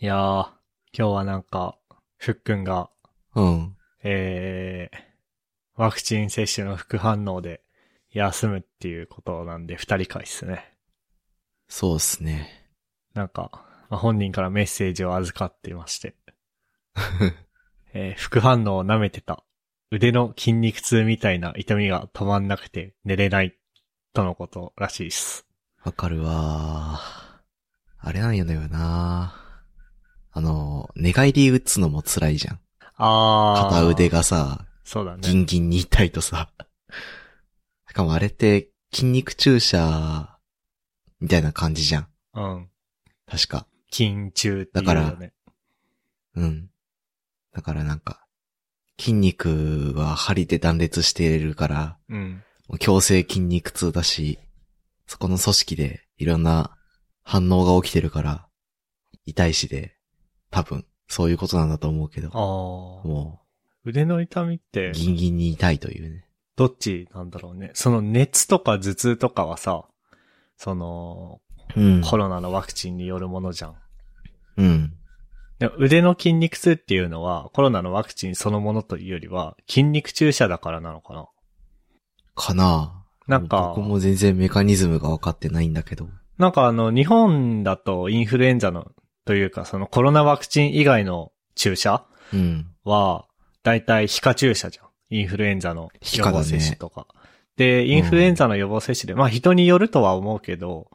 いやー、今日はなんか、ふっくんが、うん。えー、ワクチン接種の副反応で休むっていうことなんで二人会っすね。そうっすね。なんか、まあ、本人からメッセージを預かっていま して、えー副反応を舐めてた。腕の筋肉痛みたいな痛みが止まんなくて寝れない、とのことらしいっす。わかるわー。あれなんやだよなあの、寝返り打つのも辛いじゃん。あー。片腕。がさ、そうだね。ギンギンに痛いとさ。 しかもあれって筋肉注射、みたいな感じじゃん。うん。確か。筋中っていうだよかね。うん。だからなんか、筋肉は針で断裂してるから、うん。強制筋肉痛だし、そこの組織でいろんな反応が起きてるから、痛いしで、多分、そういうことなんだと思うけどあ、ー。も腕の痛みっう、て、ギンギンに痛いというね。どっちなんだろうね。その熱とか頭痛とかはさ、その、うんコロナのワクチンによるものじゃん。うん。でも腕の筋肉痛っていうのは、コロナのワクチンそのものというよりは、筋肉注射だからなのかな。かななんか僕、も全然メカニズムが分かってないんだけど。なんかあの、日本だとインフルエンザの、というかそのコロナワクチン以外の注射うん。は、だいたい皮下注射じゃん。インフルエンザの皮予下だね防接種とか。で、インフルエンザの予防接種で、まあ人によるとは思うけど、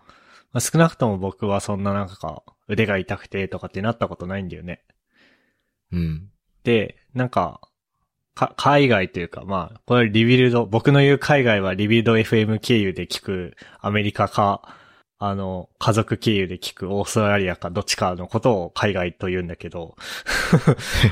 まあ、少なくとも僕はそんななんか腕が痛くてとかってなったことないんだよね。うん。で、なんか、か、海外というか、まあ、これリビルド、僕の言う海外はリビルド FM 経由で聞くアメリカか、あの、家族経由で聞くオーストラリアかどっちかのことを海外と言うんだけど、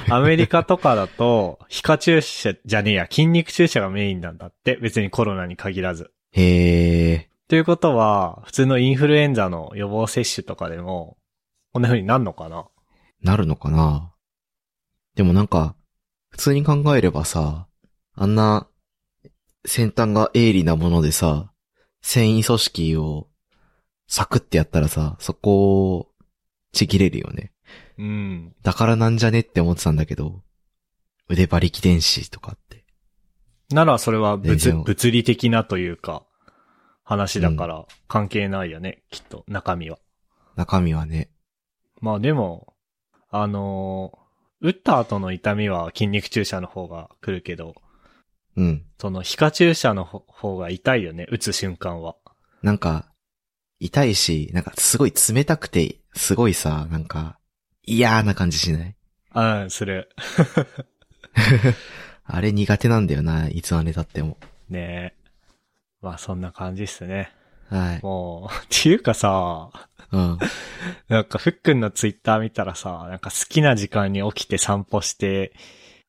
アメリカとかだと、皮下注射じゃねえや、筋肉注射がメインなんだって、別にコロナに限らず。へえ。ということは、普通のインフルエンザの予防接種とかでも、こんな風になんのかななるのかなでもなんか、普通に考えればさ、あんな、先端が鋭利なものでさ、繊維組織をサクってやったらさ、そこをちぎれるよね。うん。だからなんじゃねって思ってたんだけど、腕張り遺伝子とかって。ならそれは全物然物理的なというか、話だから関係ないよね、きっと、中身は。中身はね、まあでも、あのー打った後の痛みは筋肉注射の方が来るけど、うん。その皮下注射のほ方が痛いよね、打つ瞬間は。なんか、痛いし、なんかすごい冷たくて、すごいさ、なんか、嫌な感じしないうん、する。あれ苦手なんだよな、いつまでたっても。ねえ。まあそんな感じっすね。はい。もう、 っていうかさ、うん。なんか、ふっくんのツイッター見たらさ、なんか好きな時間に起きて散歩して、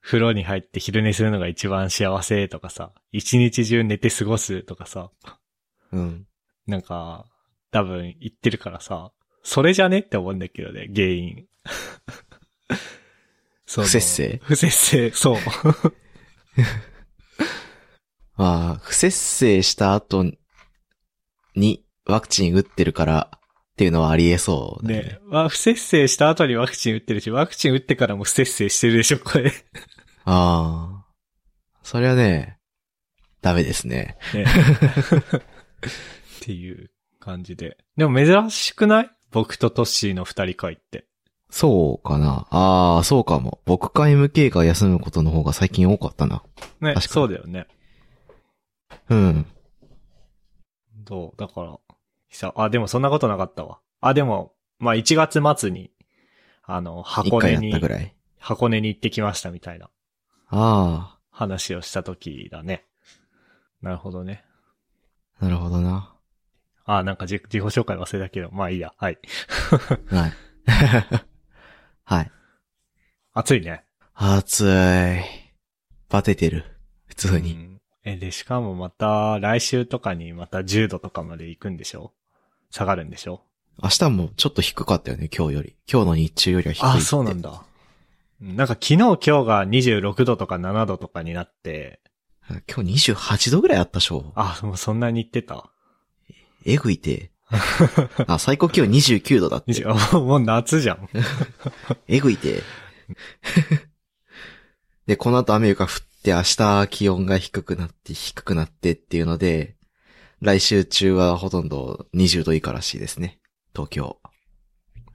風呂に入って昼寝するのが一番幸せとかさ、一日中寝て過ごすとかさ、うん。なんか、多分言ってるからさ、それじゃねって思うんだけどね、原因。 その不節制不節制、そう。まあ、不節制した後にワクチン打ってるからっていうのはありえ そうだよね。ね、まあ、不節制した後にワクチン打ってるし、ワクチン打ってからも不節制してるでしょ、これ。ああ。それはね、ダメですね。ね、っていう感じで。でも珍しくない僕とトッシーの二人会って。そうかな。ああ、そうかも。僕か MK が休むことの方が最近多かったな。ね確か、にそうだよね。うん。そう、だから、さ、あ、でもそんなことなかったわ。あ、でも、まあ1月末に、あの、一箱回根やったにぐ、らい。箱根に行ってきましたみたいなあ話をした時だね。なるほどね。あ、なるほどな。あ、なんかじ自己紹介忘れたけど、まあいいや、はい。はい。はい。暑いね。暑い。バテてる。普通うに。んえ、で、しかもまた、来週とかにまた10度とかまで行くんでしょ下がるんでしょ明日もちょっと低かったよね、今日より。今日の日中よりは低いって。あ、そうなん。だ。うんなんか昨日今日が26度とか7度とかになって、今日28度ぐらいあったでしょ。あ、もうそんなに言ってた。 えぐいて。あ、最高気温29度だって。 20あもう夏じゃん。えぐいて。 で、この後雨が降って明日気温が低くなって低くなってっていうので、来週中はほとんど20度以下らしいですね。東京。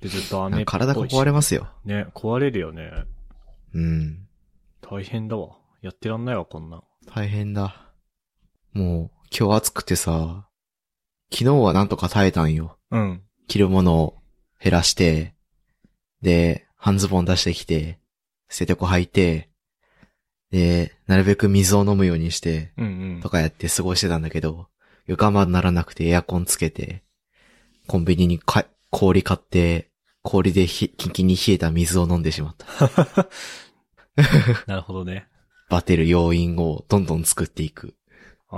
で、ずっとな雨んっぽかいし体が壊れますよ。ね、壊れるよね。うん。大変だわ。やってらんないわ、こんなん。大変だ。もう、今日暑くてさ、昨日はなんとか耐えたんよ。うん。着るものを減らして、で、半ズボン出してきて、捨ててこ履いて、で、なるべく水を飲むようにして、うんうん。とかやって過ごしてたんだけど、我慢ならなくてエアコンつけて、コンビニにか氷買って、氷でひ、キンキンに冷えた水を飲んでしまった。なるほどね。バテる要因をどんどん作っていく。ああ。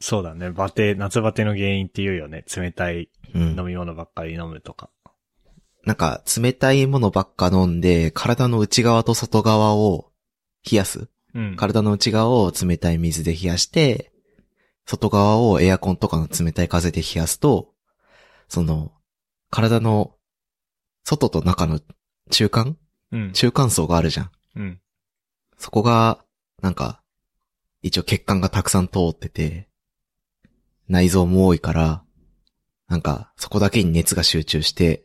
そうだね。バテ、夏バテの原因って言うよね。冷たいうん飲み物ばっかり飲むとか。なんか、冷たいものばっか飲んで、体の内側と外側を冷やす。うん。体の内側を冷たい水で冷やして、外側をエアコンとかの冷たい風で冷やすと、その、体の外と中の中間うん。中間層があるじゃん。うん。そこが、なんか、一応血管がたくさん通ってて、内臓も多いから、なんか、そこだけに熱が集中して、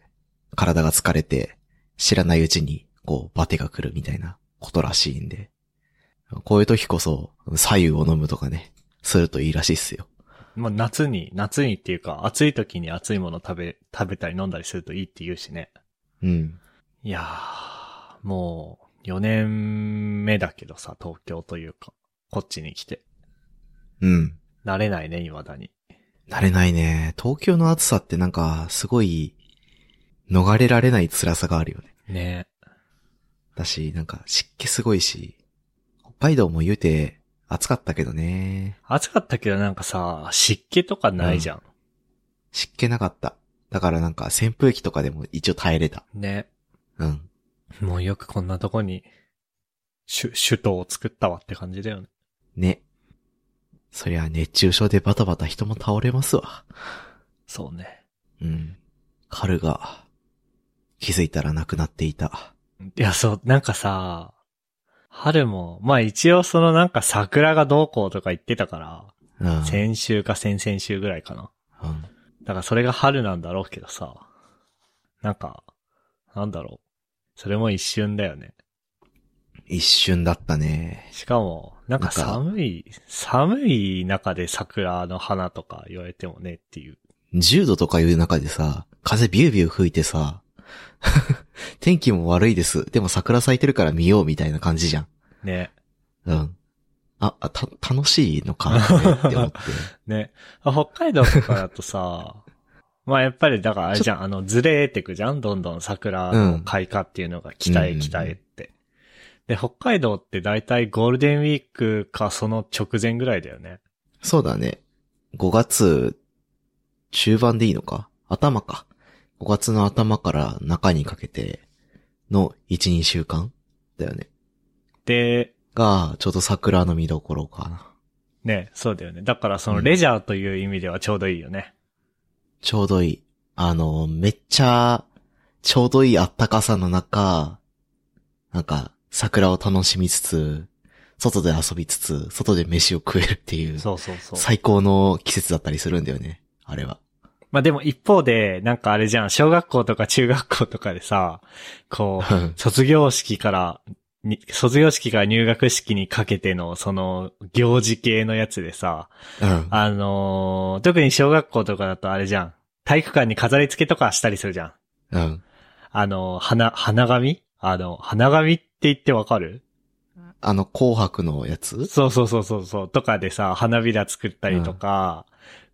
体が疲れて、知らないうちに、こう、バテが来るみたいなことらしいんで。こういう時こそ、左右を飲むとかね、するといいらしいっすよ。まあ、夏に、夏にっていうか、暑い時に暑いもの食べ、食べたり飲んだりするといいって言うしね。うん。いやー、もう、4年目だけどさ、東京というか、こっちに来て。うん。慣れないね、未だに。慣れないね。東京の暑さってなんか、すごい、逃れられない辛さがあるよね。ねだし、なんか湿気すごいし、北海道も言うて暑かったけどね。暑かったけどなんかさ、湿気とかないじゃん。湿気なかった。だからなんか扇風機とかでも一応耐えれた。ねうん。もうよくこんなとこに、首、首都を作ったわって感じだよね。ね。そりゃ熱中症でバタバタ人も倒れますわ。そうね。うん。カルが気づいたらなくなっていた。いや、そう、なんかさ、春も、まあ一応そのなんか桜がどうこうとか言ってたかうん。うら、ん。先週か先々週ぐらいかな。だからそれが春なんだろうけどさ、なんか、なんだろう。それも一瞬だよね。一瞬だったね。しかも、なんかなんか寒い、寒い中で桜の花とか言われてもねっていう。 10度とかいう中でさ、風ビュービュー吹いてさ、 天気も悪いです。でも桜咲いてるから見ようみたいな感じじゃん。ね。うん。あ、あた、楽しいのかなって思って。ね。あ北海道とかだとさ、 まあやっぱりだからあれじゃん、あの、ずれてくじゃんどんどん桜の開花っていうのが北うへん北へって。で、北海道って大体ゴールデンウィークかその直前ぐらいだよね。そうだね。5月、中盤でいいのか頭か。5月の頭から中にかけての1、2週間だよね。で、が、ちょうど桜の見どころかな。ね、そうだよね。だからそうのんレジャーという意味ではちょうどいいよね。ちょうどいい。あの、めっちゃ、ちょうどいいあったかさの中、なんか、桜を楽しみつつ、外で遊びつつ、外で飯を食えるっていう。そうそうそう。最高の季節だったりするんだよね。あ れは。まあでも一方で、なんかあれじゃん、小学校とか中学校とかでさ、こう、卒業式から、に卒業式から入学式にかけての、その、行事系のやつでさ、うん。あのー特に小学校とかだとあれじゃん、体育館に飾り付けとかしたりするじゃん。うん。あのー花、花紙あの、花紙って言ってわかるあの、紅白のやつそうそうそうそうそう、とかでさ、花びら作ったりとか、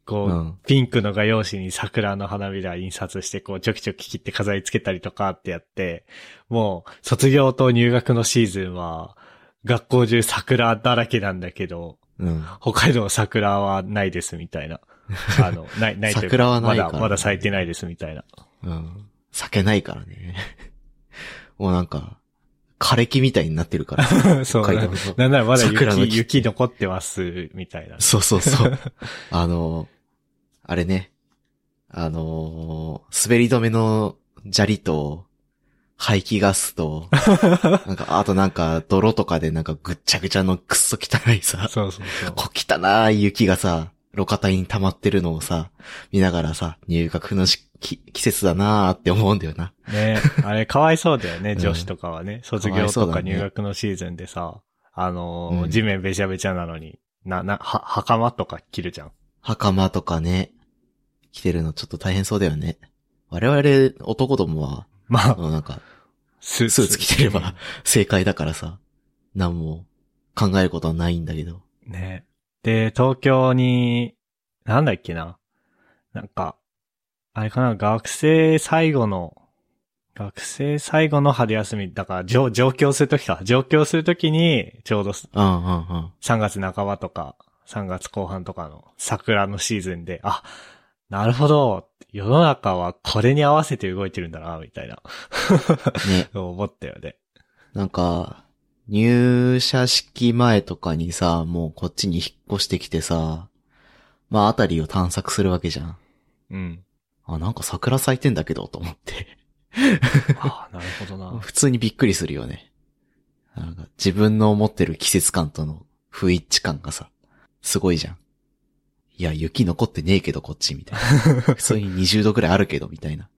こう、うんピンクの画用紙に桜の花びら印刷して、こう、ちょきちょき切って飾り付けたりとかってやって、もう、卒業と入学のシーズンは、学校中桜だらけなんだけど、うん。北海道は桜はないですみた いな。あの、ない、ないというか桜はないからまだ、まだ咲いてないですみたいな。うん。避けないからね。 もうなんか、枯れ木みたいになってるから。 そう北海道のなんならまだ桜の雪、木雪残ってます、みたいな。そうそ うそう。あの、あれね。あのー滑り止めの砂利と、排気ガ スと、なんか、あとなんか、泥とかでなんかぐっちゃぐちゃのくっそ汚いさ、そうそうそう。小汚い雪がさ、路肩に溜まってるのをさ、見ながらさ、入学のしき季節だなーって思うんだよな。ねあれ、かわいそうだよね、ん女子とかはね。卒かわ業いそとうかだね入学のシーズンでさ、あのーうん地面べちゃべちゃなのに、な、な、は、袴とか着るじゃん。袴とかね、着てるのちょっと大変そうだよね。我々男どもは、まああ、のなんか、ススーツ着てれば。正解だからさ、何も考えることはないんだけど。ねで、東京に、なんだっけな。なんか、あれかな、学生最後の、学生最後の春休み、だから、上、上京するときか。上京するときに、ちょうどうんうんうん。 3月半ばとか、3月後半とかの桜のシーズンで、あ、なるほど、世の中はこれに合わせて動いてるんだな、みたいな、。ね思ったよね。なんか、入社式前とかにさ、もうこっちに引っ越してきてさ、まあ、あたりを探索するわけじゃん。うん。あ、なんか桜咲いてんだけど、と思って。 あなるほどな。普通にびっくりするよね。なんか自分の思ってる季節感との不一致感がさ、すごいじゃん。いや、雪残ってねえけど、こっち、みた いな。普通に20度くらいあるけど、みたいな。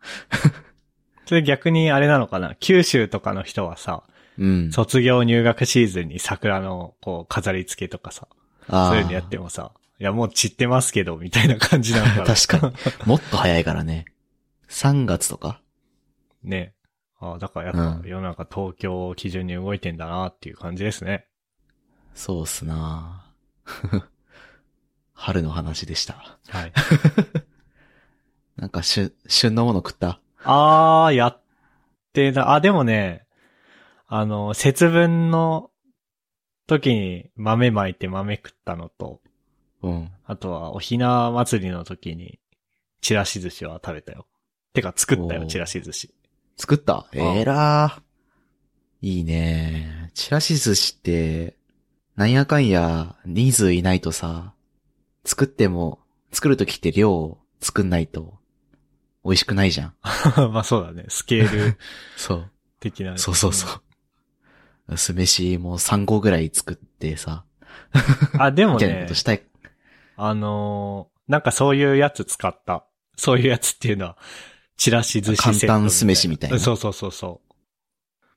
それ逆にあれなのかな九州とかの人はさ、うん。卒業入学シーズンに桜のこう飾り付けとかさ、あーそういうのやってもさ、いやもう散ってますけど、みたいな感じなのかな。確かに。もっと早いからね。3月とかに。 ね。あだからやっぱうん世の中東京を基準に動いてんだなっていう感じですね。そうっすな 春の話でした。はい。なんか、旬、旬のもの食ったあー、やってな。あ、でもね、あの、節分の時に豆巻いて豆食ったのと、うん。あとはおひな祭りの時に、ちらし寿司は食べたよ。てか作ったおよ、ーちらし寿司。 作ったえらー。いいねー。チラシ寿司って、なんやかんや、人数いないとさ、作っても、作るときって量を作んないと、美味しくない じゃん。まあそうだね、スケールそう。的な。 そうそうそう。酢飯も3合ぐらい作ってさ、うん。あ、でもみたいなこねと、したい。あのーなんかそういうやつ使った。そういうやつっていうのは、チラシ寿司セットみたいな。簡単酢飯みたいなそうそうそうそう。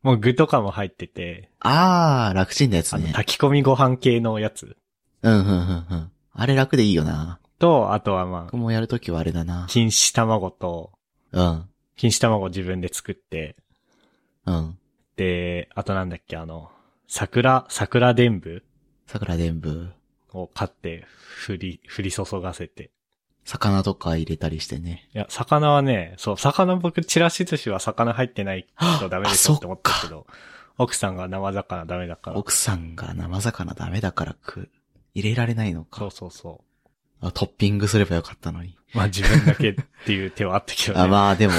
もう具とかも入ってて、あー、楽ちんなやつあの、ね。炊き込みご飯系のやつうん、うん、うん、うん。あれ楽でいいよな。と、あとはま僕あ、もやるときはあれだな。錦糸卵と、うん、錦糸卵自分で作って、うん。で、あとなんだっけ、あの、桜、桜伝舞桜伝舞。を買って、振り、振り注がせて。魚とか入れたりしてね。いや、魚はね、そう、魚僕、チラシ寿司は魚入ってないとダメでしょって思ったけど、奥さんが生魚ダメだから。奥さんが生魚ダメだから食う。入れられないのそうか。そうそあトッピングすればよかったのに。う。まあ自分だけっていう手はあったけどね。 あま あでも、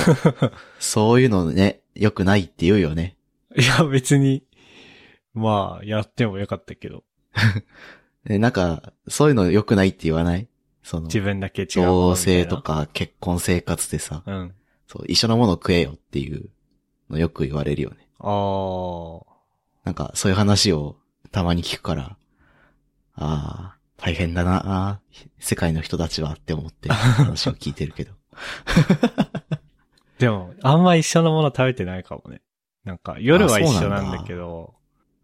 そういうのね、良くないって言うよね。いや、別に、まあ、やってもよかったけど、えなんか、そういうの良くないって言わないその、自分だけ違うもの同みたいな。性とか結婚生活でさ、うん。そう、一緒のもの食えよっていうのよく言われるよね。あーなんか、そういう話をたまに聞くから、ああ、大変だな、あー世界の人たちはって思って話を聞いてるけ ど。でも、あんま一緒のもの食べてないかもね。なんか、夜はあ一そうなん緒だなんだけど、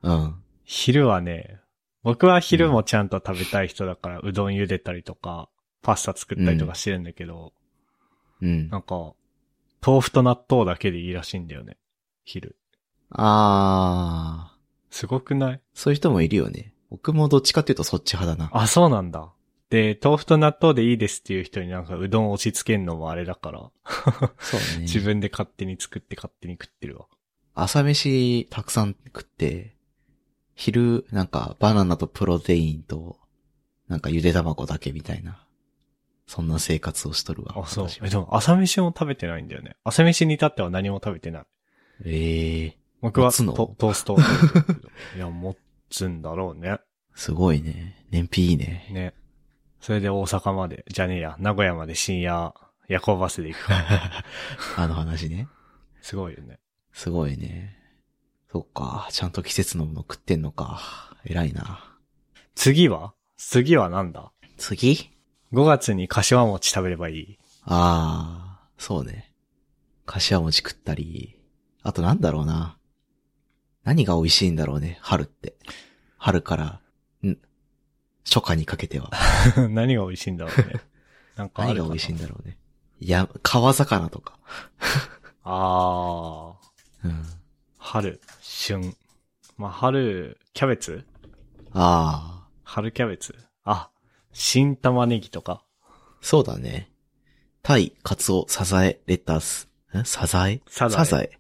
うん。昼はね、僕は昼もちゃんと食べたい人だから、うどん茹でたりとか、パスタ作ったりとかしてるんだけど、うん。なんか、豆腐と納豆だけでいいらしいんだよね。昼。あー、すごくないそういう人もいるよね。僕もどっちかっていうとそっち派だな。あ、そうなんだ。で、豆腐と納豆でいいですっていう人になんかうどん押し付けんのもあれだから、そうね。自分で勝手に作って勝手に食ってるわ。朝飯たくさん食って、昼、なんかバナナとプロテインと、なんかゆで卵だけみたいな。そんな生活をしとるわ。あ、そう私。はえ、でも朝飯も食べてないんだよね。朝飯に至っては何も食べてない。ええ僕は持つのトトーストを食べてる けど。いや、持つんだろうね。すごいね。燃費いいね。ね。それで大阪まで、じゃねえや、名古屋 まで深夜、夜行バスで行くから。あの話ね。すごいよね。すごいね。そっか。ちゃんと季節のもの食ってんのか。偉いな。次は次はなんだ次 ?5 月に柏餅食べればいい。 ああ、そうね。柏餅食ったり。あとなんだろうな。何が美味しいんだろうね。春って。春から、ん初夏にかけ ては。何が美味しいんだろうね。なんかあ何るがか美な味しいんだろうね。いや、川魚とか。あー。うん。春、旬。まあ、春、キャベツああ、春キャベツあ、新玉ねぎとか。そうだね。タイ、カツオ、サザエ、レタス。んサザエ サザエ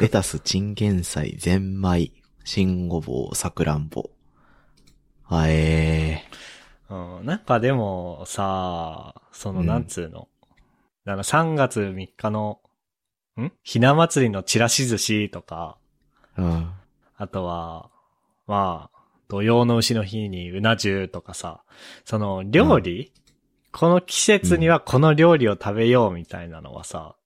レタス、チンゲン菜、ゼンマイ、新ごぼう、サクランボ。あえうん、なんかでもさ、その、うんなんつうの。あの、3月3日の、んひな祭りのチラシ寿司とか、ー。うん。あとは、まあ、土曜の牛の日にうな重とかさ、その、料理、この季節にはこの料理を食べようみたいなのはさ、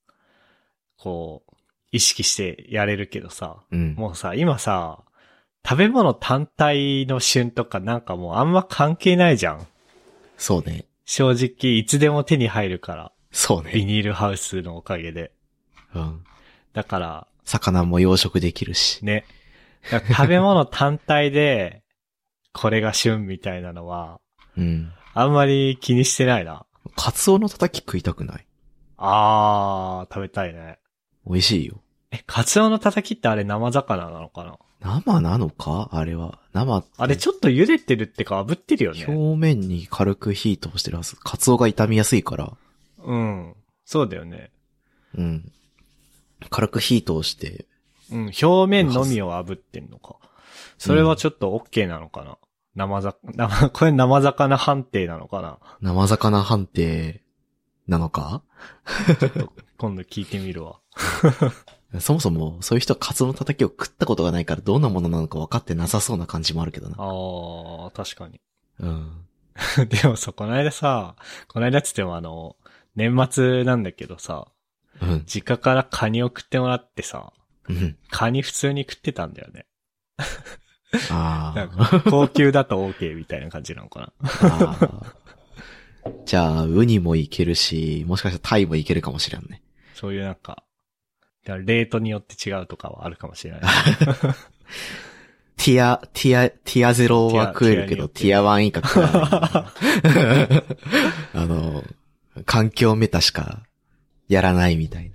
こう、意識してやれるけどさ、うん。もうさ、今さ、食べ物単体の旬とかなんかもうあんま関係ないじゃん。そうね。正直、いつでも手に入るから。そうビね。ニールハウスのおかげで。うん。だから、魚も養殖できるし。ね。だから食べ物単体で、これが旬みたいなのは、うん。あんまり気にしてないな。カツオのたたき食いたくないあー、食べたいね。美味しいよ。え、カツオのたたきってあれ生魚なのかな生なのかあれは。生ってあれちょっと茹でてるってか炙ってるよね。表面に軽く火通してるはず。カツオが傷みやすいから。うん。そうだよね。うん。軽く火通して。うん、表面のみを炙ってんのか。それはちょっと OK なのかな、生ざ、生、 これ生魚判定なのかな生魚判定なのか 今度聞いてみるわ。そもそも、そういう人はカツオのたたきを食ったことがないからどんなものなのか分かってなさそうな感じもあるけどな。ああ、確かに。 うん。でもさ、この間さ、この間っつってもあの、年末なんだけどさ、うん。実家からカニを食ってもらってさ、うん。カニ普通に食ってたんだよね。あなんーか、高級だと OK みたいな感じなのかな。あー。じゃあ、ウニもいけるし、もしかしたらタイもいけるかもしれんね。そういうなんか、だからレートによって違うとかはあるかもしれない。ティア、ティア、ティアゼロは食えるけど、ティティアワン以下食わない。 あの、環境メタしかやらないみたいな。い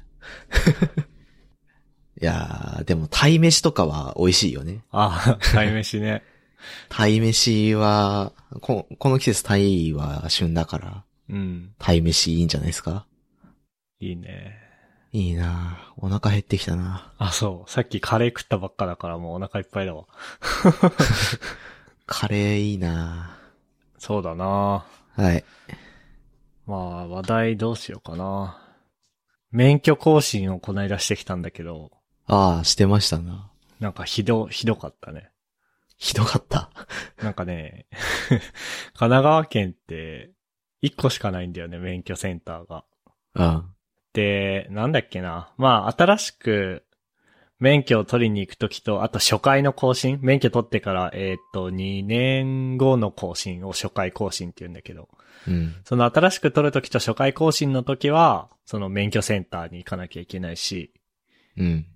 やー、でも、鯛飯とかは美味しいよね。ああ、鯛飯ね。鯛飯は、ここの季節鯛は旬だから、うん、鯛飯いいんじゃないですかいいね。いいなーお腹減ってきたなあ、そう。さっきカレー食ったばっかだからもうお腹いっぱいだわ。カレーいいなそうだなはい。まあ、話題どうしようかな。免許更新をこないだしてきたんだけど、あー、してましたな。なんかひど、ひどかったね。ひどかった。なんかね、 神奈川県って、1個しかないんだよね、免許センターが。うん。で、なんだっけな。まあ、新しく、免許を取りに行くときと、あと初回の更新免許取ってから、えーっと、2年後の更新を初回更新って言うんだけど、うん。その新しく取るときと初回更新のときは、その免許センターに行かなきゃいけないし、うん。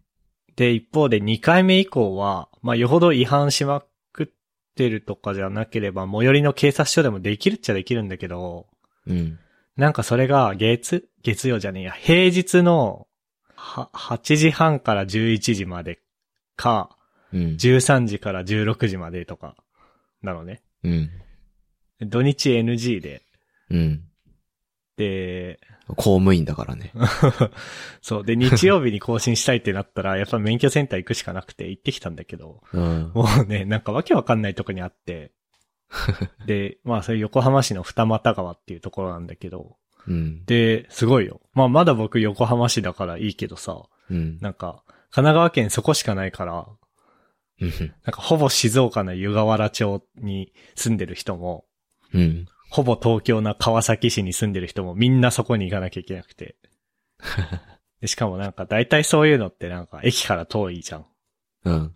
で、一方で2回目以降は、まあ、よほど違反しまくってるとかじゃなければ、最寄りの警察署でもできるっちゃできるんだけど、うん。なんかそれが月、月曜じゃねえや、平日の、は、8時半から11時までか、うん。 13時から16時までとか、なのね。うん。土日 NG で、うん。で、 公務員だからね。そう、で、日曜日に更新したいってなったら、やっぱ免許センター行くしかなくて行ってきたんだけど、うん。もうね、なんかわけわかんないとこにあって、で、まあそれ横浜市の二俣川っていうところなんだけど、うん。で、すごいよ。まあまだ僕横浜市だからいいけどさ、うん。なんか、神奈川県そこしかないから、うん。なんかほぼ静岡の湯河原町に住んでる人も、うん。ほぼ東京の川崎市に住んでる人もみんなそこに行かなきゃいけなくて。でしかもなんか大体そういうのってなんか駅から遠いじゃん。うん。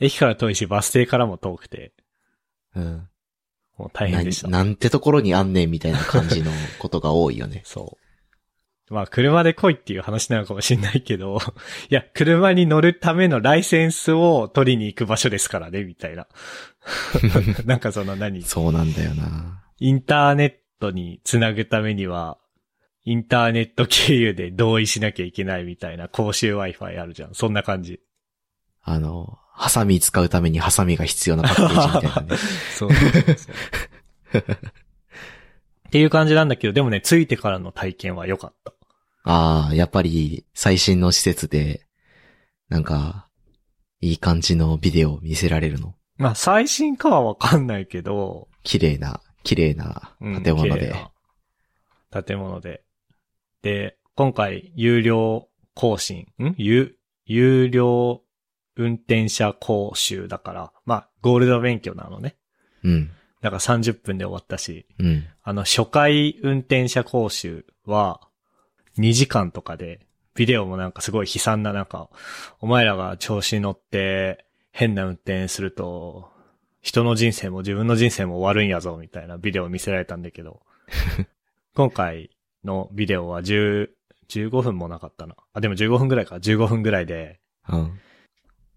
駅から遠いしバス停からも遠くて、うん。もう大変でした。。ななんてところにあんねんみたいな感じのことが多いよね そう。まあ、車で来いっていう話なのかもしれないけど、 いや、車に乗るためのライセンスを取りに行く場所ですからね、みたいな。 なんかその何そうなんだよな。インターネットにつなぐためには、インターネット経由で同意しなきゃいけないみたいな公衆 Wi-Fi あるじゃん。そんな感じ。あの、ハサミ使うためにハサミが必要なパッケージみたいなね。 そうそうそうそうっていう感じなんだけど、でもね、着いてからの体験は良かった。ああ、やっぱり最新の施設で、なんか、いい感じのビデオ見せられるの。まあ、最新かはわかんないけど、綺麗な、綺麗なうん建物。綺で。麗な建物で。で、今回、有料更新、ん有、有料運転者講習だから、まあ、ゴールド免許なのね。うん、だから30分で終わったし、うん。あの、初回運転者講習は、2時間とかで、ビデオもなんかすごい悲惨な、なんか、お前らが調子に乗って、変な運転すると、人の人生も自分の人生も悪いんやぞ、みたいなビデオを見せられたんだけど、今回のビデオは10、15分もなかったな。あ、でも15分ぐらいか、15分ぐらいで、うん。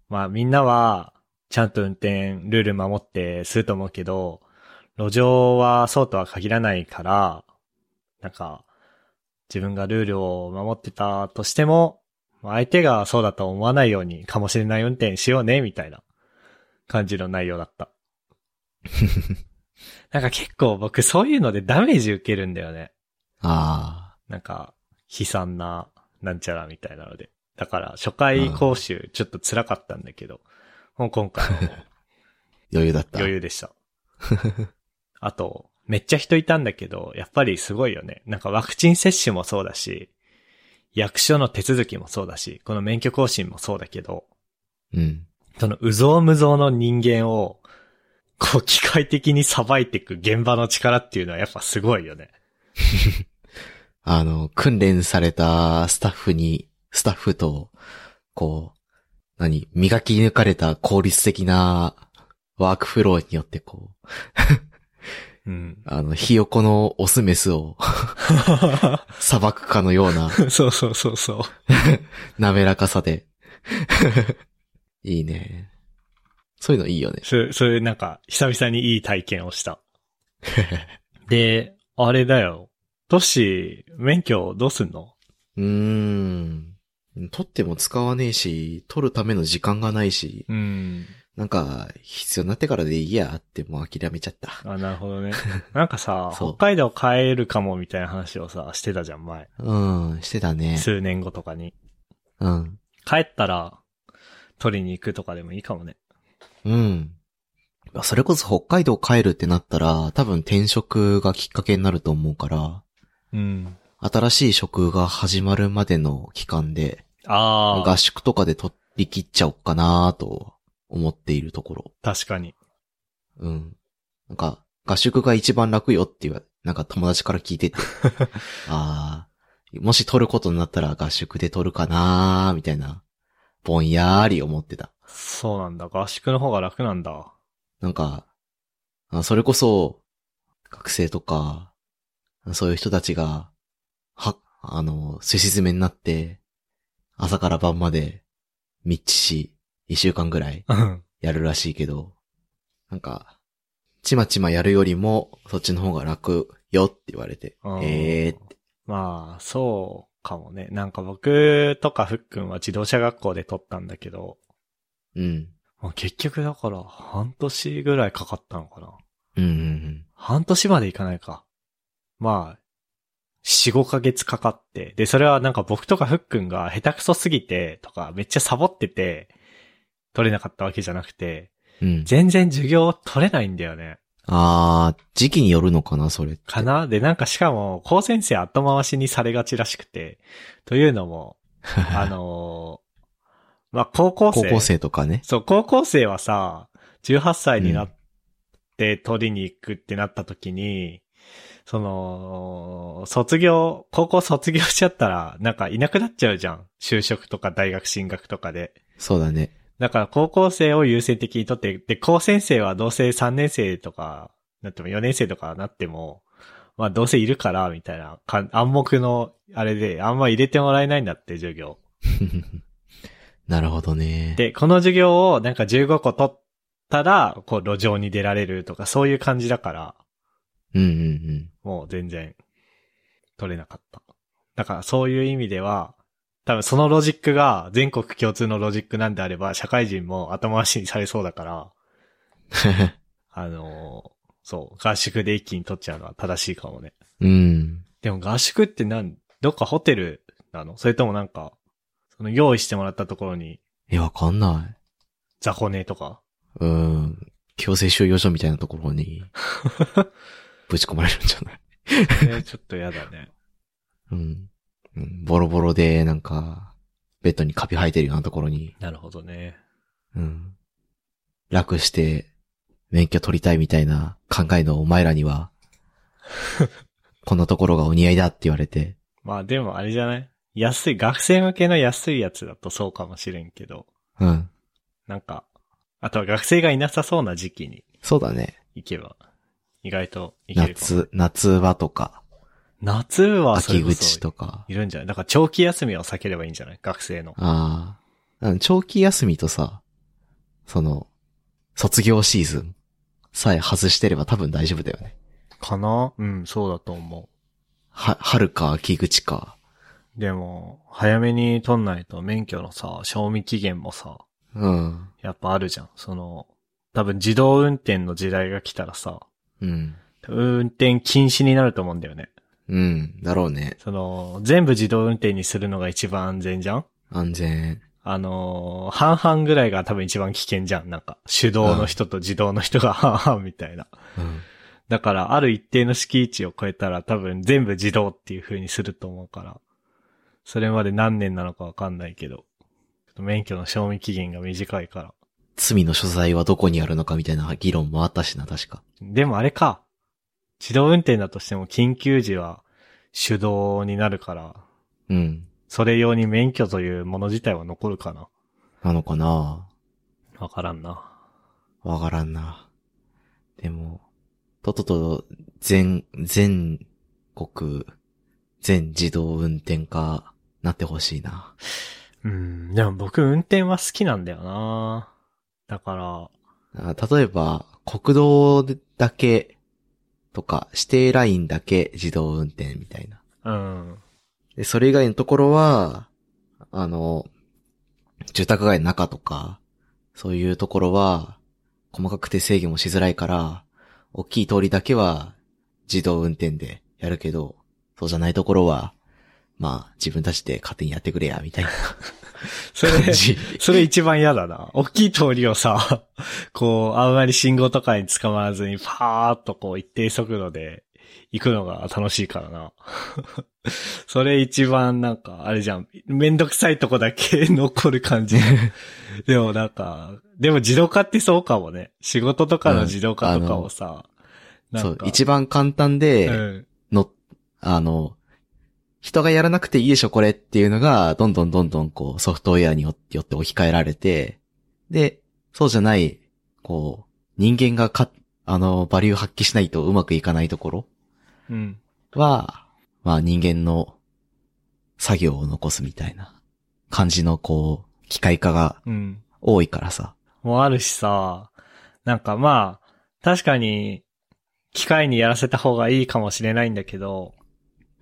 まあみんなは、ちゃんと運転、ルール守ってすると思うけど、路上はそうとは限らないから、なんか、自分がルールを守ってたとしても、まあ相手がそうだと思わないようにかもしれない運転しようね、みたいな感じの内容だった。 なんか結構僕そういうのでダメージ受けるんだよね。あなんか、悲惨な、なんちゃらみたいなので。だから、初回講習、ちょっと辛かったんだけど、もう今回はもうあ、余裕だった。余裕で した。あと、めっちゃ人いたんだけど、やっぱりすごいよね。なんかワクチン接種もそうだし、役所の手続きもそうだし、この免許更新もそうだけど、うん。その、うぞうむぞうの人間を、こう、機械的にさばいていく現場の力っていうのはやっぱすごいよね。あの、訓練されたスタッフに、スタッフと、こう、何、磨き抜かれた効率的なワークフローによってこうう、ん。あの、ひよこのオスメスを 裁くかのような そうそうそうそう。滑らかさで。 いいね。そういうのいいよね。そそれなんか、久々にいい体験をした。で、あれだよ。都市、免許どうすんのうーん。取っても使わねえし、取るための時間がないし、うん。なんか、必要になってからでいいやってもう諦めちゃった。あ、なるほどね。なんか さ、北そう海道帰るかもみたいな話をさ、してたじゃん、前。うん、してたね。数年後とかに。うん。帰ったら、取りに行くとかでもいいかもね。うん。それこそ北海道帰るってなったら、多分転職がきっかけになると思うから、うん。新しい職が始まるまでの期間で、あ合あ、宿とかで取り切っちゃおっかなと思っているところ。確かに。うん。なんか、合宿が一番楽よっていう、なんか友達から聞いてて。ああ、もし取ることになったら合宿で取るかなーみたいな、ぼんやーり思ってた。そうなんだ。合宿の方が楽なんだ。なんか、あそれこそ、学生とか、そういう人たちが、は、あの、すし詰めになって、朝から晩まで、密致し、一週間ぐらい、うん。やるらしいけど、なんか、ちまちまやるよりも、そっちの方が楽よって言われてうん、ええー、まあ、そうかもね。なんか僕とかふっくんは自動車学校で取ったんだけど、うん、まあ、結局だから半年ぐらいかかったのかな。うん、うん、半年までいかないか。まあ、4、5ヶ月かかって。で、それはなんか僕とかふっくんが下手くそすぎてとかめっちゃサボってて取れなかったわけじゃなくて、うんうん。全然授業取れないんだよね。あー、時期によるのかな、それって。かなで、なんかしかも、高先生後回しにされがちらしくて、というのも、あ のーまあ、高校高生。校生とかね。そう、高校生はさ、18歳になって取りに行くってなった時に、その、卒業、高校卒業しちゃったら、なんかいなくなっちゃうじゃん。就職とか大学進学とかで。そうだね。 だから高校生を優先的にとって、で、高専生はどうせ3年生とか、なっても4年生とかなっても、まあどうせいるから、みたいなかん、暗黙の、あれで、あんま入れてもらえないんだって、授業。なるほどね。で、この授業をなんか15個取ったら、こう路上に出られるとか、そういう感じだから、うんうんうん。もう全然、取れなかった。だからそういう意味では、多分そのロジックが全国共通のロジックなんであれば、社会人も後回しにされそうだから、あのーそう、合宿で一気に取っちゃうのは正しいかもね。うん。 でも合宿ってなん、どっかホテルなのそれともなんか、その用意してもらったところにえ、わかんない。雑魚寝とかうん。強制収容所みたいなところ に、ぶち込まれるんじゃない えちょっとやだね。うん。うんボロボロで、なんか、ベッドにカビ生えてるようなところに、 なるほどね。うん。楽して、免許取りたいみたいな考えのお前らには、こんなところがお似合いだって言われて、まあでもあれじゃない安い、学生向けの安いやつだとそうかもしれんけど、うん。なんか、あとは学生がいなさそうな時期にそうだね。行けば、意外と行けるかも。夏、夏場とか、夏はそれ秋こ口そとか。いるんじゃないだから長期休みを避ければいいんじゃない学生の。ああ。うん長期休みとさ、その、卒業シーズンさえ外してれば多分大丈夫だよね。かなうん、そうだと思は、春か秋口か。う。でも、早めに取んないと免許のさ、賞味期限もさ、うん。やっぱあるじゃん。その、多分自動運転の時代が来たらさ、うん。運転禁止になると思うんだよね。うん。だろうね。その、全部自動運転にするのが一番安全じゃん安全。あのー半々ぐらいが多分一番危険じゃん。なんか、手動の人と自動の人が半々みたいな。うん。だから、ある一定の敷地を超えたら多分全部自動っていう風にすると思うから、それまで何年なのかわかんないけど、ちょっと免許の賞味期限が短いから。罪の所在はどこにあるのかみたいな議論もあったしな、確か。でもあれか、自動運転だとしても緊急時は手動になるから、うん。それ用に免許というもの自体は残るかな。なのかなわからんな。わからんな。でも、とっとと、全、全国、全自動運転化、なってほしいな。うん、でも僕運転は好きなんだよなだから、あ例えば、国道だけ、とか、指定ラインだけ自動運転みたいな。うん。で、それ以外のところは、あの、住宅街の中とか、そういうところは、細かくて制御もしづらいから、大きい通りだけは自動運転でやるけど、そうじゃないところは、まあ、自分たちで勝手にやってくれや、みたいなそれ、感じ。それ一番嫌だな。大きい通りをさ、 こう、あんまり信号とかに捕まらずに、パーっとこう、一定速度で行くのが楽しいからな。 それ一番なんか、あれじゃん、めんどくさいとこだけ残る感 じ。でもなんか、でも自動化ってそうかもね。仕事とかの自動化とかをさ、な、そうんか、一番簡単で、うん、の、あの、人がやらなくていいでしょ、これっていうのが、どんどんどんどんこうソフトウェアによってよって置き換えられて、で、そうじゃない、こう、人間がか、あの、バリュー発揮しないとうまくいかないところうん。は、まあ人間の作業を残すみたいな感じのこう、機械化がうん。多いからさ。もあるしさ、なんかまあ、確かに、機械にやらせた方がいいかもしれないんだけど、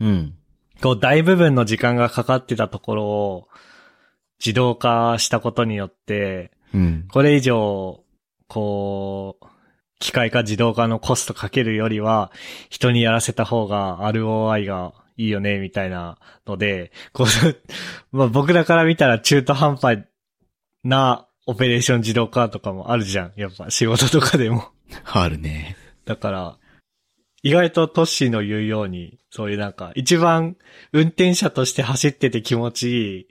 うん。こう大部分の時間がかかってたところを自動化したことによって、うん。これ以上、こう、機械化自動化のコストかけるよりは、人にやらせた方が ROI がいいよね、みたいなので、こう、 まあ僕らから見たら中途半端なオペレーション自動化とかもあるじゃん。やっぱ仕事とかでも。あるね。だから、意外とトッシーの言うように、そういうなんか、一番運転者として走ってて気持ちいい、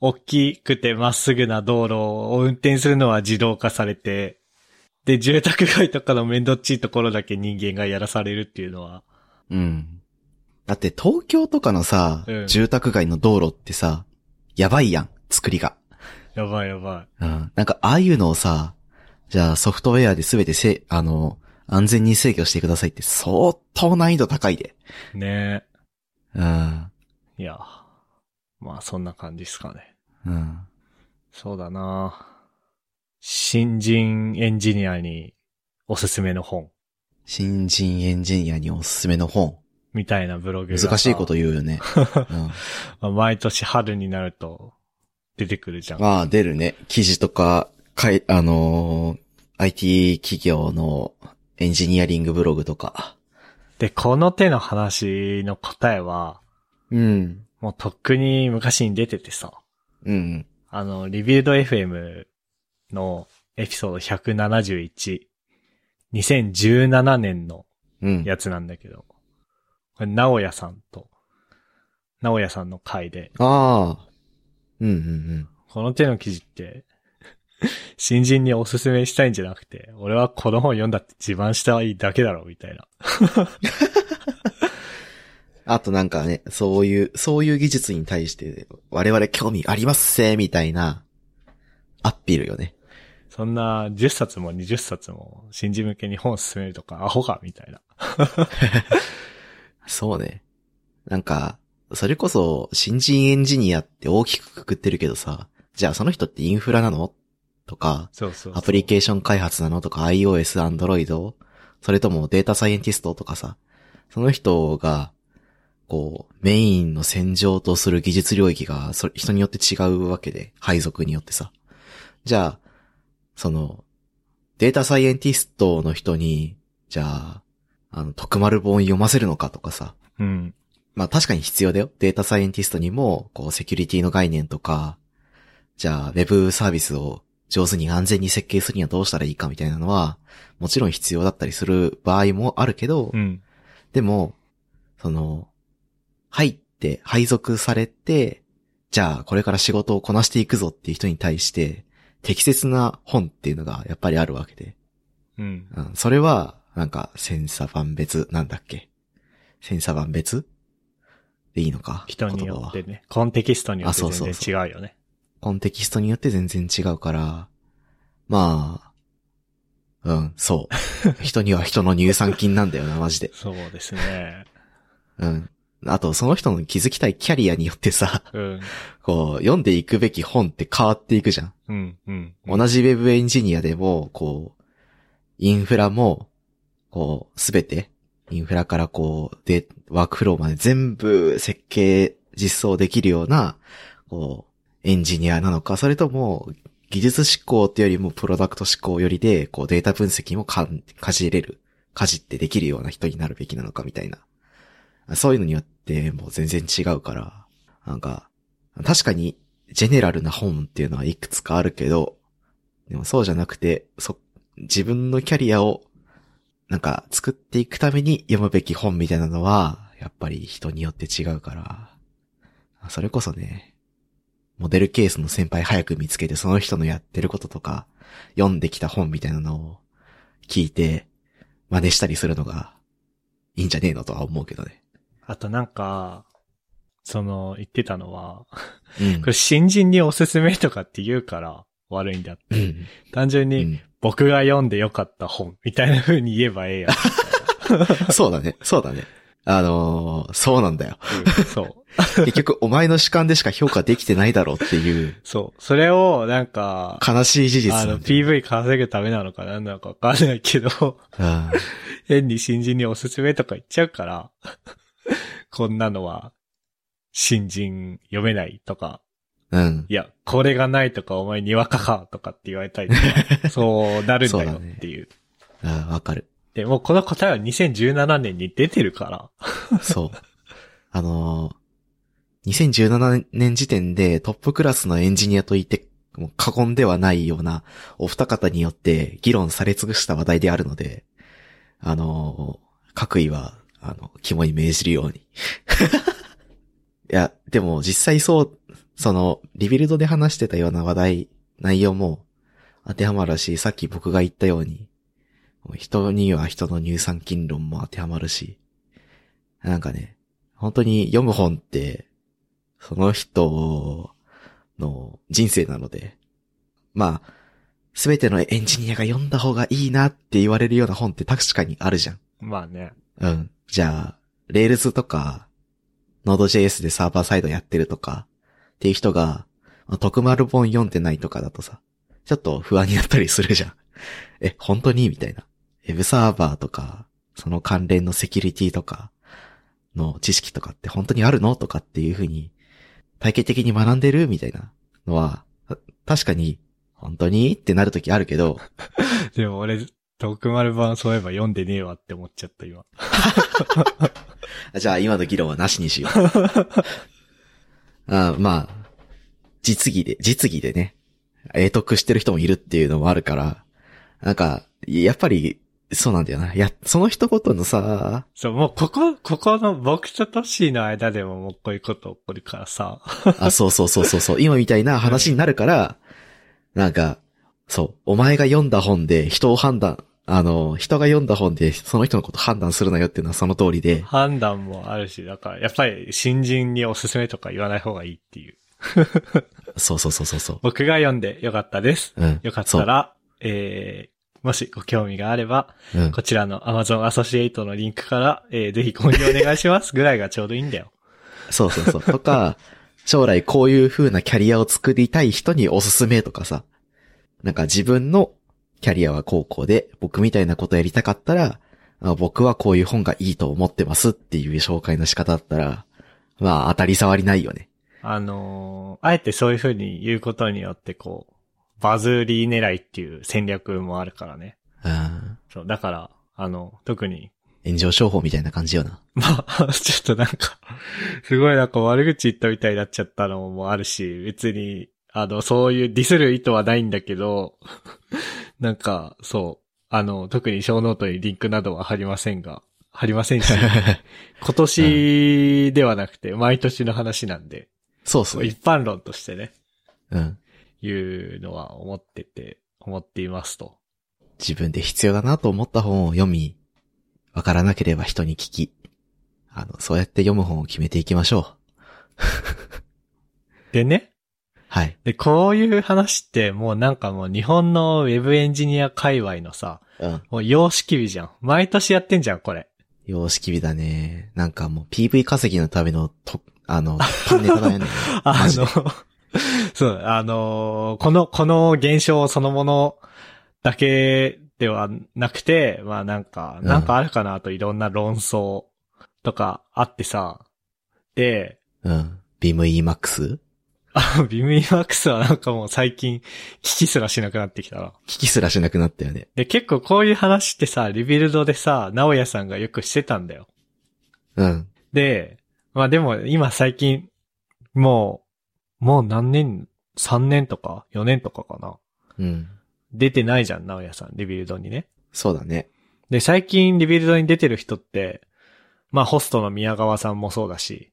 大きくてまっすぐな道路を運転するのは自動化されて、で、住宅街とかのめんどっちいところだけ人間がやらされるっていうのは、うん。だって東京とかのさ、うん住宅街の道路ってさ、やばいやん、作りが。やばいやばうん。なんか、ああいうのをさ、じゃあソフトウェアで全てせ、あの、安全に制御してくださいって相当難易度高いで。い。ねうん。え。いや。まあそんな感じですかね。うん。そうだな新人エンジニアにおすすめの本新人エンジニアにおすすめの本。みたいなブログがさ難しいこと言うよ ね。うん、まあ毎年春になると出てくるじゃん。まあ、出るね。記事とか、かい、あのー IT 企業のエンジニアリングブログとか。で、この手の話の答えは、うん。もうとっくに昔に出ててさ、うん。あの、リビルド FM のエピソード171、2017年のうん。やつなんだけど、これ、直屋さんと、直屋さんの回で、ああ。うんうんこの手の記事って、 新人におすすめしたいんじゃなくて、俺はこの本読んだって自慢したいだけだろ、みたいな。うん。あとなんかね、そういう、そういう技術に対して、我々興味ありますせ、みたいな、アピールよね。そんな10冊も20冊も新人向けに本を進めるとか、アホか、みたいな。そうね。なんか、それこそ、新人エンジニアって大きくくくってるけどさ、じゃあその人ってインフラなのとか、そうそうそうアプリケーション開発なのとか iOS、Android? それともデータサイエンティストとかさ、その人が、こう、メインの戦場とする技術領域が、それ人によって違うわけで、配属によってさ。じゃあ、その、データサイエンティストの人に、じゃあ、あの、特丸本読ませるのかとかさ、うん。まあ確かに必要だよ。データサイエンティストにも、こう、セキュリティの概念とか、じゃあ、ウェブサービスを上手に安全に設計するにはどうしたらいいかみたいなのは、もちろん必要だったりする場合もあるけど、うん。でも、その、入って、配属されて、じゃあ、これから仕事をこなしていくぞっていう人に対して、適切な本っていうのがやっぱりあるわけで。うん。うん、それは、なんか、千差万別、なんだっけ千差万別でいいのか人によっ。言て葉はね、コンテキストによってあそうそう全然違うよね。コンテキストによって全然違うから、まあ、うん、 そう。人には人の乳酸菌なんだよな、マジで。そうですね。うん。あと、その人の気づきたいキャリアによってさ、うん。こう、読んでいくべき本って変わっていくじゃん。うん。うん。同じウェブエンジニアでも、こう、インフラも、こう、すべて、インフラからこう、で、ワークフローまで全部設計、実装できるような、こう、エンジニアなのか、それとも、技術思考っていうよりもプロダクト思考よりで、こうデータ分析もかん、かじれる、かじってできるような人になるべきなのかみたいな。そういうのによってもう全然違うから、なんか、確かにジェネラルな本っていうのはいくつかあるけど、でもそうじゃなくて、そ、自分のキャリアを、なんか、作っていくために読むべき本みたいなのは、やっぱり人によって違うから、それこそね、モデルケースの先輩早く見つけて、その人のやってることとか、読んできた本みたいなのを聞いて、真似したりするのが、いいんじゃねえのとは思うけどね。あとなんか、その、言ってたのは、うんこれ新人におすすめとかって言うから悪いんだって。うん。単純うに、ん僕が読んでよかった本みたいな風に言えばええやん。そうだね。そうだね。あのーそうなんだよ。 うんそう。結局、お前の主観でしか評価できてないだろうっていう、そう。それを、なんか、悲しい事実あなの、んだよ PV 稼ぐためなのか何なのかわかんないけど、 うん変に新人におすすめとか言っちゃうから、 こんなのは、新人読めないとか、うん。いや、これがないとか、お前にわかかとかって言われたりと か、そうなるんだよっていう。あーわかる。で、もうこの答えは2017年に出てるから。 そう。あのー2017年時点でトップクラスのエンジニアと言って、もう過言ではないような、お二方によって議論され尽くした話題であるので、あのー各位は、あの、肝に銘じるように。い や、でも実際そう、その、リビルドで話してたような話題、内容も当てはまるし、さっき僕が言ったように、人には人の乳酸菌論も当てはまるし、なんかね、本当に読む本って、その人の人生なので、まあ、すべてのエンジニアが読んだ方がいいなって言われるような本って確かにあるじゃん。まあね。うん。じゃあ、Rails とか、Node.js でサーバーサイドやってるとか、っていう人が、まあ徳丸本読んでないとかだとさ、ちょっと不安になったりするじゃん。 え、本当にみたいな。ウェブサーバーとか、その関連のセキュリティとか、の知識とかって本当にあるのとかっていうふうに、体系的に学んでるみたいなのは、た確かに、本当にってなるときあるけど、でも俺、徳丸版そういえば読んでねえわって思っちゃった今。あじゃあ今の議論はなしにしよう。あまあ、実技で、実技でね、英得してる人もいるっていうのもあるから、なんか、やっぱり、そうなんだよな。いや、その一言のさ、そう、もうここ、ここの僕とトッシーの間でももうこういうこと起こるからさ。あ、そうそうそうそうそう、今みたいな話になるから、なんか、そう、お前が読んだ本で人を判断、あの、人が読んだ本でその人のこと判断するなよっていうのはその通りで、判断もあるし、だからやっぱり新人におすすめとか言わない方がいいっていう。そうそうそうそうそう。僕が読んでよかったです。うん。よかったら、えー、もしご興味があれば、そう。うん。こちらの Amazon アソシエイトのリンクから、えー、ぜひ購入お願いしますぐらいがちょうどいいんだよ。 そうそうそう。とか、 将来こういう風なキャリアを作りたい人におすすめとかさ。なんか自分のキャリアは高校で、僕みたいなことやりたかったら、あ僕はこういう本がいいと思ってますっていう紹介の仕方だったら、まあ当たり障りないよね。あのーあえてそういう風に言うことによって、こう、バズり狙いっていう戦略もあるからね。うん。そう、だから、あの、特に、炎上商法みたいな感じよ な。 まあ、ちょっとなんか、すごいなんか悪口言ったみたいになっちゃったのもあるし、別に、あの、そういうディスる意図はないんだけど、 なんか、そう、あの、特に小ノートにリンクなどは貼りませんが、貼りませんし、今年ではなくて、毎年の話なんで、そうそう。一般論としてね、うん。いうのは思ってて、思っていますと。自分で必要だなと思った本を読み、わからなければ人に聞き、あの、そうやって読む本を決めていきましょでね、う。はい。で、こういう話ってもうなんかもう日本のウェブエンジニア界隈のさ、うん。もう様式美じゃん。毎年やってんじゃん、これ。様式美だね。なんかもう PV 稼ぎのためのと、あの、パンネタだよね。 あマジでの、そう、あのーこの、この現象そのものだけではなくて、まあなんか、うんなんかあるかなといろんな論争とかあってさ、で、 うん。ビーム EMAX? 聞あビムイマックスはなんかもう最近聞きすらしなくなってきたな。きすらしなくなったよね。で、結構こういう話ってさ、リビルドでさ、直哉さんがよくしてたんだよ。うん。で、まあでも今最近、もう、もう何年、3年とか4年とかかな。うん。出てないじゃん、直哉さん、リビルドにね。そうだね。で、最近リビルドに出てる人って、まあホストの宮川さんもそうだし、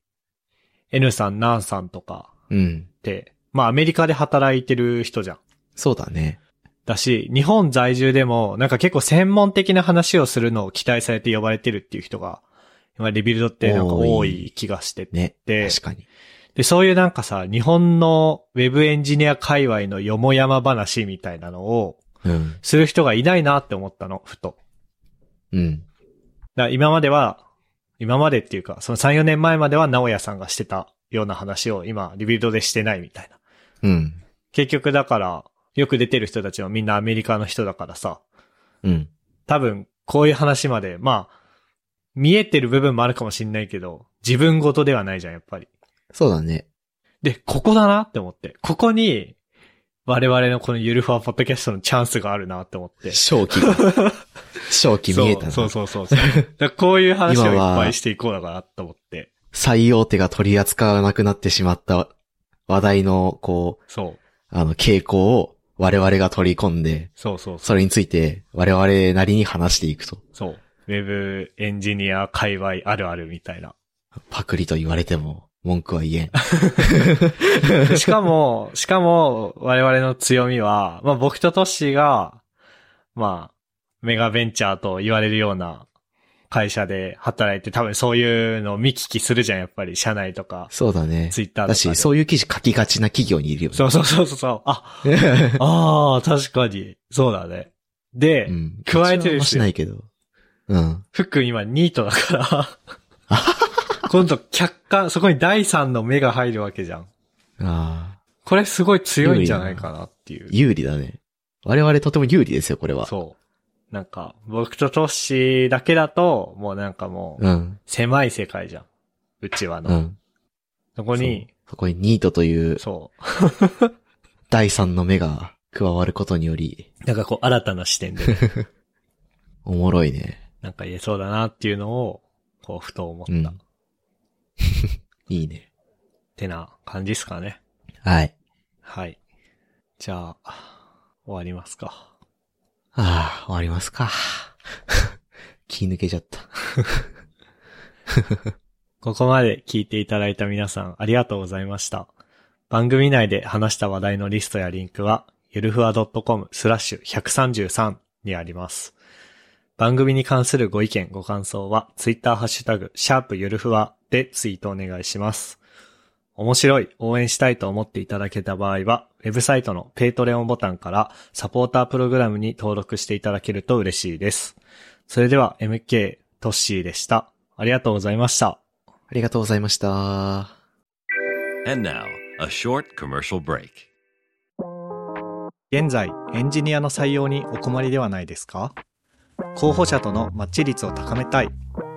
N さん、ナンさんとかうん。って、まあアメリカで働いてる人じゃん。そうだね。だし、日本在住でも、なんか結構専門的な話をするのを期待されて呼ばれてるっていう人が、今リビルドってなんか多い気がしててね。で確かに。で、そういうなんかさ、日本のウェブエンジニア界隈のよもやま話みたいなのをうん。する人がいないなって思ったの、ふと。うだん。から今までは、今までっていうか、その3、4年前までは直哉さんがしてたような話を今、リビルドでしてないみたいな。うん。結局だから、よく出てる人たちはみんなアメリカの人だからさ、うん。多分こういう話まで、まあ、見えてる部分もあるかもしんないけど、自分ごとではないじゃん、やっぱり。そうだね。で、ここだなって思って。ここに、我々のこのゆるふわポッドキャストのチャンスがあるなって思って。正 気が。正気見えたな。そうそうそうそう。だからこういう話をいっぱいしていこうだなと思って。最大手が取り扱わなくなってしまった話題の、こう、そう。あの、傾向を我々が取り込んで、そうそうそう。それについて我々なりに話していくと。そう。ウェブエンジニア界隈あるあるみたいな。パクリと言われても文句は 言えん。でしか も、しかも、我々の強みは、まあ僕とトッシーが、まあ、メガベンチャーと言われるような会社で働いて、多分そういうのを見聞きするじゃん、やっぱり。社内とか、そうだね。ツイッターとかで。だし、そういう記事書きがちな企業にいるよね。そうそうそうそうそう。あ、ああ、確かに。そうだね。で、ん加えてですようちはあんましないけど。うん。ふっくん今ニートだ から。今度客観、そこに第三の目が入るわけじゃん。ああ、これすごい強いんじゃないかなっていう。有利だね。我々とても有利ですよ、これは。そう。なんか、僕とトッシーだけだと、もうなんかもう、うん。狭い世界じゃん。うちわの。うん。そこに、そこにニートというそ第三の目が加わることにより、う。なんかこう、新たな視点でね、 おもろいね。なんか言えそうだなっていうのを、こう、ふと思った。うんいいね。てな感じですかね。はい。はい。じゃあ、終わりますか。ああ、終わりますか。 気抜けちゃった。ここまで聞いていただいた皆さんありがとうございました。番組内で話した話題のリストやリンクは、ゆるふわ .com スラッシュ133にあります。番組に関するご意見、ご感想は、ツイッターハッシュタグ、シャープゆるふわでツイートお願いします。面白い、応援したいと思っていただけた場合は、ウェブサイトのペイトレオンボタンからサポータープログラムに登録していただけると嬉しいです。それでは MK トッシーでした。ありがとうございました。ありがとうございました。 And now, a short commercial break. 現在エンジニアの採用にお困りではないですか候補者とのマッチ率を高めたい